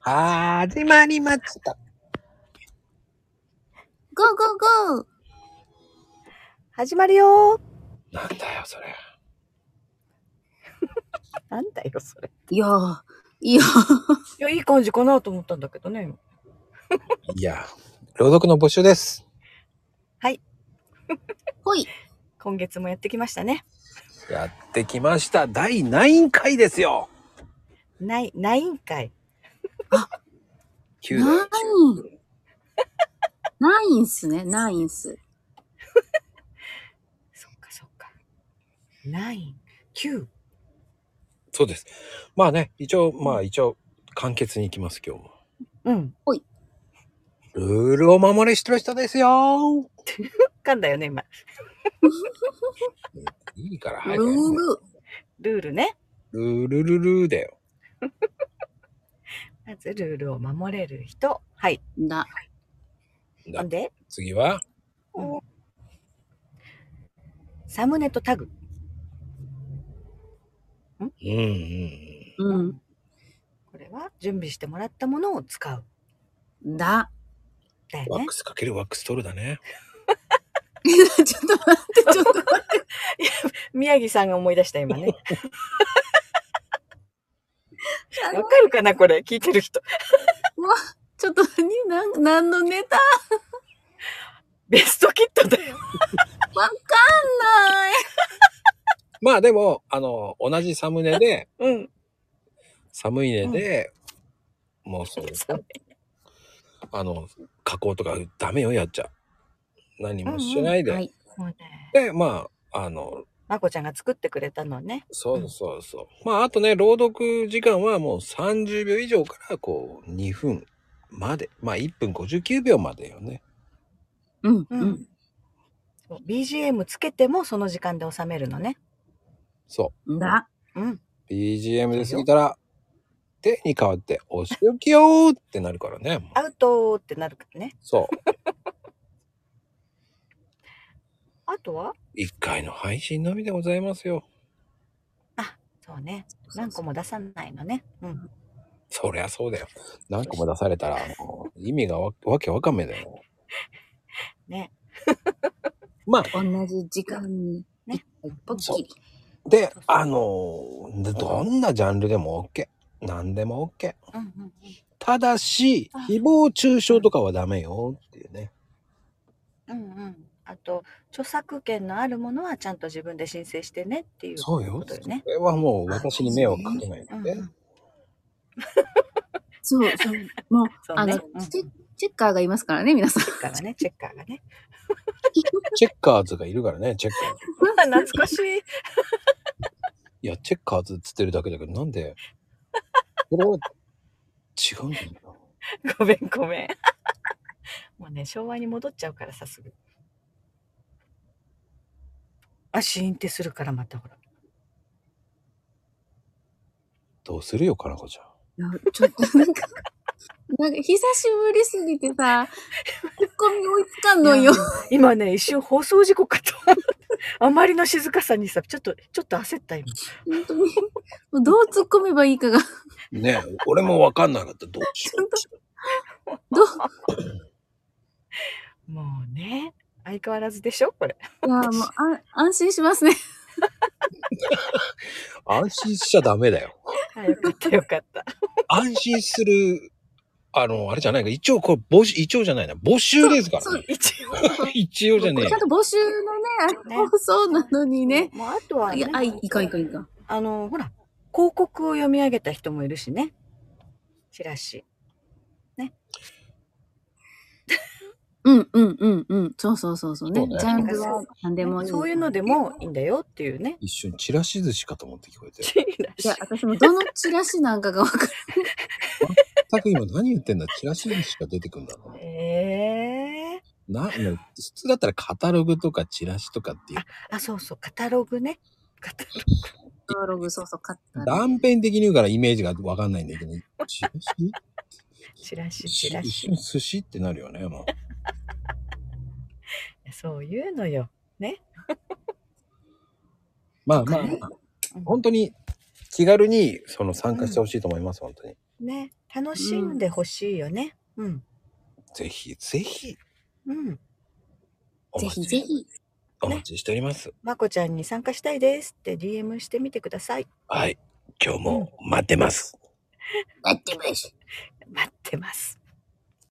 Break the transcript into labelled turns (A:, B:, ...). A: 始まりました。
B: ゴーゴーゴー
C: 始まるよ
A: なんだよ、それ。
C: ーなんだよ、それ。
B: いやー、いや
C: いや、いい感じかなと思ったんだけどね。
A: いや、朗読の募集です。
B: ほい。
C: 今月もやってきましたね。
A: やってきました。第9回ですよ。
C: ない、ないんかい。
A: 9
B: ナイ
A: だ
B: ン。ナインっすね、ナインっす。
C: そっかそっか。ない、九。
A: そうです。まあね、一応、まあ一応、簡潔に行きます、今日も。
C: うん。
A: ルールを守りしてる人ですよ。
C: かんだよね、今。
A: いいから早
B: ルー
A: く。
B: ル。
C: ルールね。
A: ルルルルだよ。
C: まずルールを守れる人。はい。
B: だ。
A: だ
C: なんで、
A: 次は、
C: うんサムネとタグ。
A: うんうんうん。
B: うん。
C: これは準備してもらったものを使う。
B: だ。
C: だよ
A: ワッ
C: ね
A: ク。スかけるワックス取るだね。
B: ちょっと待 って、ちょっと待って。
C: 宮城さんが思い出した、今 ね。わかるかな、これ。聞いてる人。
B: ちょっと何、何、何のネタ
C: ベストキットだよ。
B: わかんない。
A: まあでも、あの、同じサムネで、
C: うん。
A: 寒いねで、もうそうですね。あの、加工とかダメよ、やっちゃ。何もしないで。
B: はい。
C: そうね。
A: で、まあ、あの、
C: まこちゃんが作ってくれたのね。
A: そうそうそう。まあ、あとね、朗読時間はもう30秒以上から、こう、2分まで。まあ、1分59秒までよね。
B: うん、
C: う
B: うんん、
C: そう BGM つけてもその時間で収めるのね。
A: そ
B: だ。
C: うん。
A: う。BGM で過ぎたら、手に変わって、お仕置きよーってなるからね。
C: アウトってなるからね。
A: そう。
C: あとは
A: 1回の配信のみでございますよ。
C: そうね。何個も出さないのね。うん。
A: そりゃそうだよ。何個も出されたら、あの意味がわわけわかめだよ。
C: ね。
A: まあ、
B: 同じ時間に。ね。ポッキリ。
A: で、あの、でどんなジャンルでも OK。何でも OK。
C: うんうん。
A: ただし、誹謗中傷とかはダメよっていうね。
C: うんうん。あと、著作権のあるものはちゃんと自分で申請してねっていう
A: そうよ
C: ことよね。
A: これはもう私に迷惑かけない
C: うん
A: の
C: う
A: で。
C: ん。
B: そう、そう。もう、
C: そう
B: あ
C: ね
B: の、
C: うん
B: チェチェッカーがいますからね、皆さん。
C: チェッカーがね、チェッカーがね。
A: チェッカーズがいるからね、チェッカーズ。
C: うわ懐かしい。
A: いや、チェッカーズっつってるだけだけど、なんで、これは違うんだよな。
C: ごめんごめん。 もうね、昭和に戻っちゃうからさ、すぐ。あ、シーンってするからまたほら。
A: どうするよ、かなこちゃん。
B: いやちょっとなんか、なんか久しぶりすぎてさ、ツッコミ追いつかんのよ
C: い。や。今ね、一瞬放送事故かと 思った。あまりの静かさにさ、ちょっと、ちょっと焦った今。
B: 本当に。もうどう突っ込めばいいかが、
A: ねえ、俺もわかんなかった。どうしよう。
B: どう、
C: もうね、相変わらずでしょこれ。
B: いや、もうあ安心しますね。
A: 安心しちゃダメだよ。
C: あよかったよかった。
A: 安心する、あの、あれじゃないか、一応、これ、募集、一応じゃないな、募集ですからね、
C: 一応。
A: 一応じゃねえ
B: ちゃんと募集のね
C: ね、
B: 放送なのにね。
C: もうあとはいね
B: や、、あ、いいかんいかんいかん。
C: あの、ほら、広告を読み上げた人もいるしね。チラシ。
B: うんうんうんうん。そうそうそうそ
A: そ
B: うね
A: うね。
B: ジャンルは何でもいい。
C: そういうのでもいいんだよっていうね。
A: 一瞬、チラシ寿司かと思って聞こえて。
C: チラ
B: い
C: シ
B: や、。私もどのチラシなんかがわ かる。
A: 全く今何言ってんだ、チラシ寿司が出てくんだろ
C: ええ
A: うな。な、普通だったらカタログとかチラシとかっていう、
C: あ、そうそう、カタログね。カタログ。
B: カタログ、そうそう、買ったら。
A: 断片的に言うからイメージがわかんないんだけど、チラシ
C: チラシ、チラ
A: 一
C: シ
A: 瞬。寿司ってなるよね、もう。
C: そういうのよ。
A: まあまあ、本当に気軽にその参加してほしいと思います、本当に。
C: ね、楽しんでほしいよね。うん。
A: ぜひぜひ
C: うん。
A: お
B: ぜ
A: 待
B: ひ
A: ち
B: ぜひ。
A: お待ちしております、
C: まこちゃんに参加したいですって DM してみてください。
A: はい今日も待ってます、
B: 待ってます。
C: 待ってます。